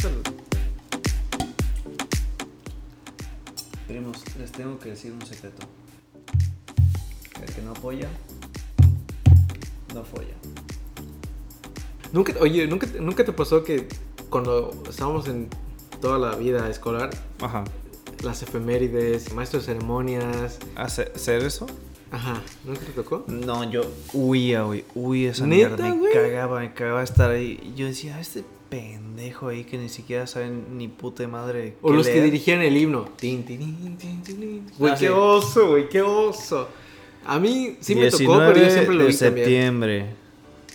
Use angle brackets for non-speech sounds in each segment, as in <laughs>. Salud. Primos, les tengo que decir un secreto. El que no apoya, no folla. Nunca, oye, ¿nunca, nunca te pasó que cuando estábamos en toda la vida escolar, Ajá. las efemérides, maestros de ceremonias, ¿Hace- ¿Hacer eso? ajá, ¿nunca te tocó? No, yo huía, güey. Huía esa ¿Neta, mierda. Me güey? cagaba, me cagaba estar ahí. Yo decía, "Ah, este pendejo ahí que ni siquiera saben ni puta madre. O qué los que leer". dirigían el himno. Tin, tin, tin, tin, tin, tin. Güey, Ah, qué sí. oso, güey, qué oso. A mí sí me tocó, pero yo 19 siempre lo de vi también. septiembre.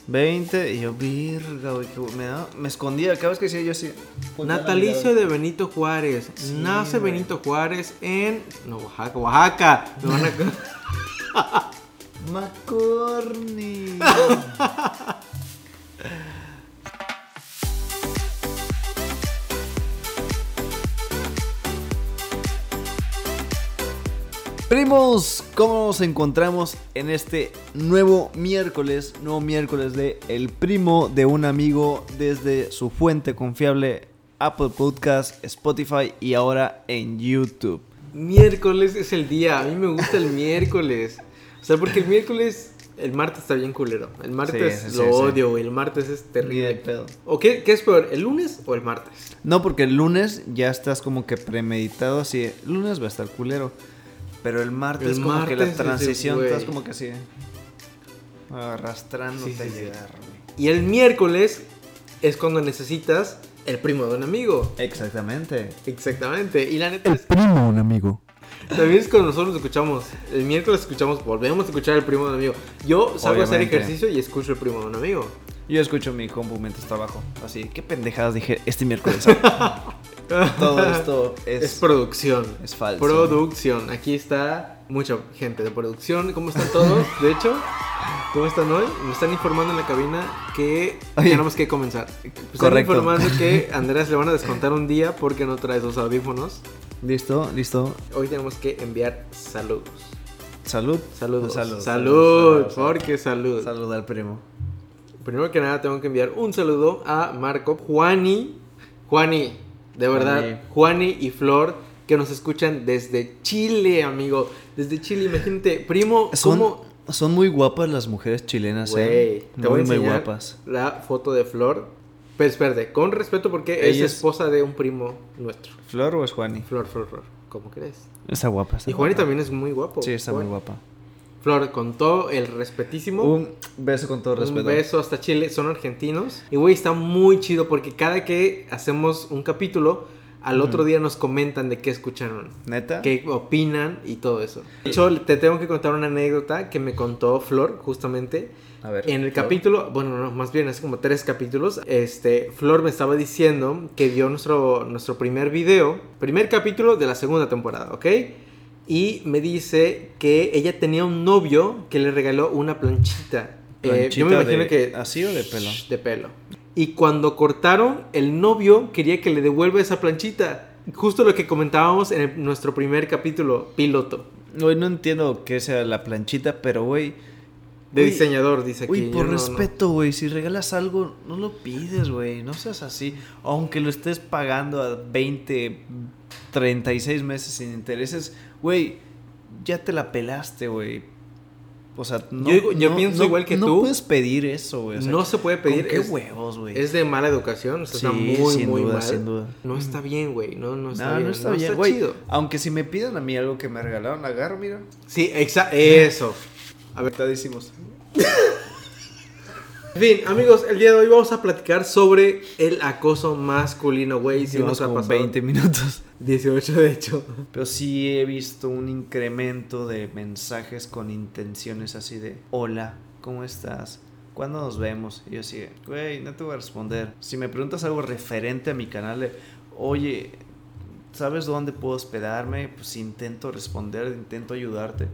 20 y yo, virga, güey, que me, daba- me escondía, cada vez que decía yo así. Pues Natalicio de Benito Juárez. Sí, Nace güey. Benito Juárez en. No, Oaxaca, Oaxaca. Me van <laughs> a- Macorni. <laughs> Primos, ¿cómo nos encontramos en este nuevo miércoles? Nuevo miércoles de El Primo de un Amigo desde su fuente confiable Apple Podcast, Spotify y ahora en YouTube. Miércoles es el día, a mí me gusta el miércoles. O sea, porque el miércoles, el martes está bien culero. El martes Sí, sí, lo sí, sí. odio, güey. El martes es Ni de terrible. pedo. ¿O qué, qué es peor, el lunes o el martes? No, porque el lunes ya estás como que premeditado así. de, lunes va a estar culero. Pero el martes, El como que la martes, transición dices, estás güey. como que así. de, Arrastrándote Sí, sí, a sí. llegar, güey. Y el miércoles es cuando necesitas el primo de un amigo. Exactamente. Exactamente. Y la neta es primo, un amigo. También es cuando nosotros escuchamos. El miércoles escuchamos, volvemos a escuchar el primo de un amigo. Yo salgo a hacer Obviamente. ejercicio y escucho el primo de un amigo. Yo escucho mi compu mientras trabajo. Así, qué pendejadas dije este <laughs> miércoles. Todo esto Es, es. producción. es falso. Producción. Aquí está mucha gente de producción. ¿Cómo están todos? De hecho, ¿cómo están hoy? Me están informando en la cabina que Oye. tenemos que comenzar. Me Están Correcto. informando que a Andrés le van a descontar un día porque no trae sus audífonos. Listo, listo. Hoy tenemos que enviar saludos. Salud. Saludos. Salud. Salud. Salud. porque salud. Salud al primo. Primero que nada tengo que enviar un saludo a Marco, Juani, Juani, de verdad, Juani y Flor, que nos escuchan desde Chile, amigo. Desde Chile, imagínate, primo, Son, ¿cómo? son muy guapas las mujeres chilenas, Güey, eh. te voy a Muy, muy enseñar guapas. la foto de Flor. Pero espérate, con respeto porque es Ella es- esposa de un primo nuestro. ¿Flor o es Juani? Flor, Flor, Flor, ¿cómo crees? Está guapa. Está Y Juani guapa. también es muy guapo. Sí, está muy Juan. guapa. Flor, con todo el respetísimo. Un beso con todo respeto. Un beso hasta Chile, son argentinos. Y güey, está muy chido porque cada que hacemos un capítulo, al otro día nos comentan de qué escucharon, ¿Neta? qué opinan y todo eso. De hecho, te tengo que contar una anécdota que me contó Flor, justamente. A ver. En el Flor. capítulo, bueno, no, más bien hace como tres capítulos, este, Flor me estaba diciendo que vio nuestro, nuestro primer video, primer capítulo de la segunda temporada, ¿ok? Y me dice que ella tenía un novio que le regaló una planchita. Eh, yo me Planchita imagino de- que... ¿así o de pelo? Shh, De pelo. Y cuando cortaron, el novio quería que le devuelva esa planchita. Justo lo que comentábamos en el- nuestro primer capítulo, piloto. Hoy no entiendo qué sea la planchita, pero güey. De Uy, diseñador, dice aquí. Uy, yo por no- no- respeto, güey. Si regalas algo, no lo pides, güey. No seas así. Aunque lo estés pagando a 20, 36 meses sin intereses, güey. Ya te la pelaste, güey. O sea, no. Yo digo- yo no- pienso no- igual que no tú. puedes pedir eso, güey. o sea, no se puede ¿con pedir. este qué es- huevos, güey. Es de mala educación, o sea, está Sí, muy, sin muy duda, mal. sin duda. No está bien, güey. No, no está no, bien. no está bien, está güey. chido. Aunque si me pidan a mí algo que me regalaron, agarro, mira. Sí, exacto. Eso. A ver, te decimos. En fin, amigos, el día de hoy vamos a platicar sobre el acoso masculino, güey. Si Hicimos nos ha como pasado. 20 minutos. 18, de hecho. Pero sí he visto un incremento de mensajes con intenciones así de: Hola, ¿cómo estás? ¿Cuándo nos vemos? Y yo así, de, güey, no te voy a responder. Si me preguntas algo referente a mi canal, de, oye, ¿sabes dónde puedo hospedarme? Pues intento responder, intento ayudarte.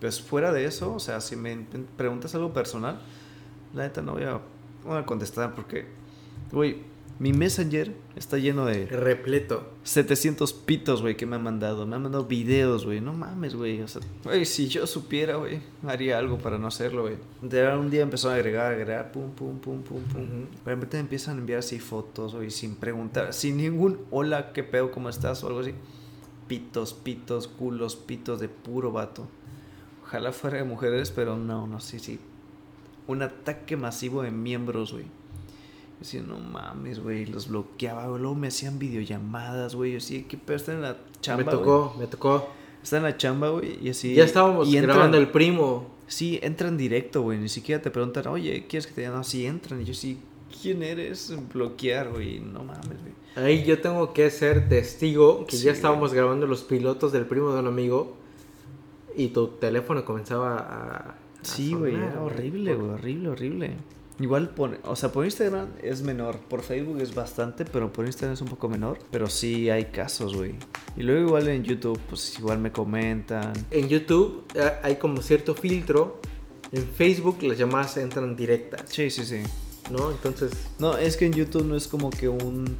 Pues fuera de eso, o sea, si me inten- preguntas algo personal, la neta no voy a, no voy a contestar porque, güey, Mi Messenger está lleno de Repleto. 700 pitos, güey, que me han mandado. Me han mandado videos, güey. No mames, güey. O sea, güey, si yo supiera, güey, haría algo para no hacerlo, güey. De verdad, un día empezaron a agregar, agregar, pum, pum, pum, pum, pum. Pero te empiezan a enviar así fotos, güey, sin preguntar, sin ningún hola, qué pedo, cómo estás o algo así. Pitos, pitos, culos, pitos de puro vato. Ojalá fuera de mujeres, pero no, no, sí, sí. Un ataque masivo de miembros, güey. Yo decía, no mames, güey, los bloqueaba, güey. Luego me hacían videollamadas, güey. Yo decía, qué pedo, están en la chamba. me güey. tocó, me tocó. Está en la chamba, güey, y así. ya estábamos y entran- grabando el primo. Sí, entran directo, güey. Ni siquiera te preguntan, oye, ¿quieres que te llame? No, sí, entran. Y yo sí, ¿quién eres? Bloquear, güey. No mames, güey. Ahí yo tengo que ser testigo que Sí, ya estábamos grabando los pilotos del primo de un amigo y tu teléfono comenzaba a. a Sí, güey, sonar, era horrible, güey. Horrible, horrible. Igual, por, o sea, por Instagram es menor. Por Facebook es bastante, pero por Instagram es un poco menor. Pero sí hay casos, güey. Y luego igual en YouTube, pues igual me comentan. En YouTube eh, hay como cierto filtro. En Facebook las llamadas entran directas, Sí, sí, sí. ¿no? Entonces, No, es que en YouTube no es como que un,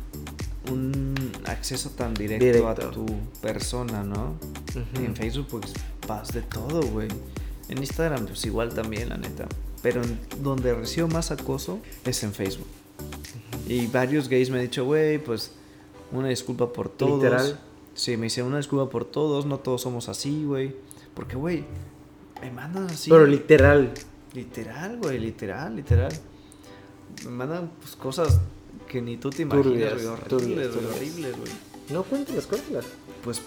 un acceso tan directo, Directo. a tu persona, ¿no? ujú. En Facebook pues vas de todo, güey. En Instagram pues igual también, la neta. Pero en- donde recibo más acoso es en Facebook. Y varios gays me han dicho, güey, pues una disculpa por todos. Literal. Sí, me dice una disculpa por todos, no todos somos así, güey. Porque, güey, me mandan así. Pero literal, Literal, güey, literal, literal. Me mandan pues, cosas que ni tú te imaginas, Turbias, güey. turbias, Horribles, güey, turbias. horribles, güey. no cuéntalas, cuéntalas. Pues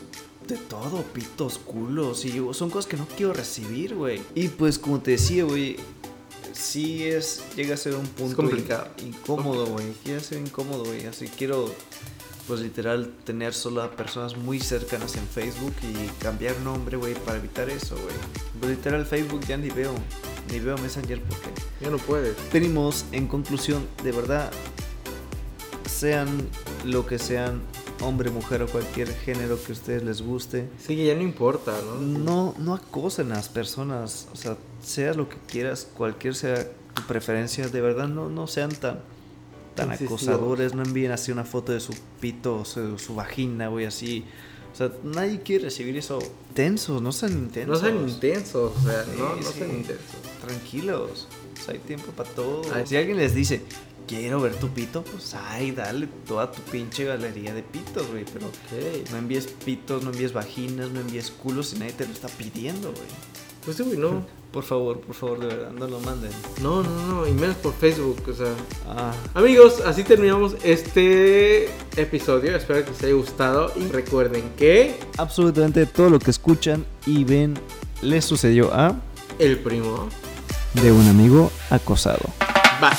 de todo, pitos, culos. Y yo- son cosas que no quiero recibir, güey. Y pues como te decía, güey, sí es, llega a ser un punto complicado. in- incómodo, güey. Llega a ser incómodo, güey. Así quiero, pues literal, tener solo a personas muy cercanas en Facebook y cambiar nombre, güey, para evitar eso, güey. Pues literal, Facebook ya ni veo, ni veo Messenger porque Ya no puedes. primos, en conclusión, de verdad, sean lo que sean, hombre, mujer o cualquier género que a ustedes les guste, Sí, ya no importa, ¿no? no, no acosen a las personas, o sea, seas lo que quieras, cualquier sea tu preferencia, de verdad no, no sean tan, tan Incisivos. acosadores, no envíen así una foto de su pito, o su, su vagina, güey, así. O sea, nadie quiere recibir eso. Tensos, no sean intensos. No sean intensos, o sea, Sí, no, no sí. sean intensos. Tranquilos, pues, hay tiempo para todo. Ay. Si alguien les dice, quiero ver tu pito, pues ay, dale toda tu pinche galería de pitos, güey. Pero Ok. no envíes pitos, no envíes vaginas, no envíes culos si nadie te lo está pidiendo, güey. Pues sí, güey, no. Por favor, por favor, de verdad, no lo manden. No, no, no, y menos por Facebook, o sea. Ah, Amigos, así terminamos este episodio. Espero que les haya gustado y recuerden que absolutamente todo lo que escuchan y ven les sucedió a el primo de un amigo acosado. va.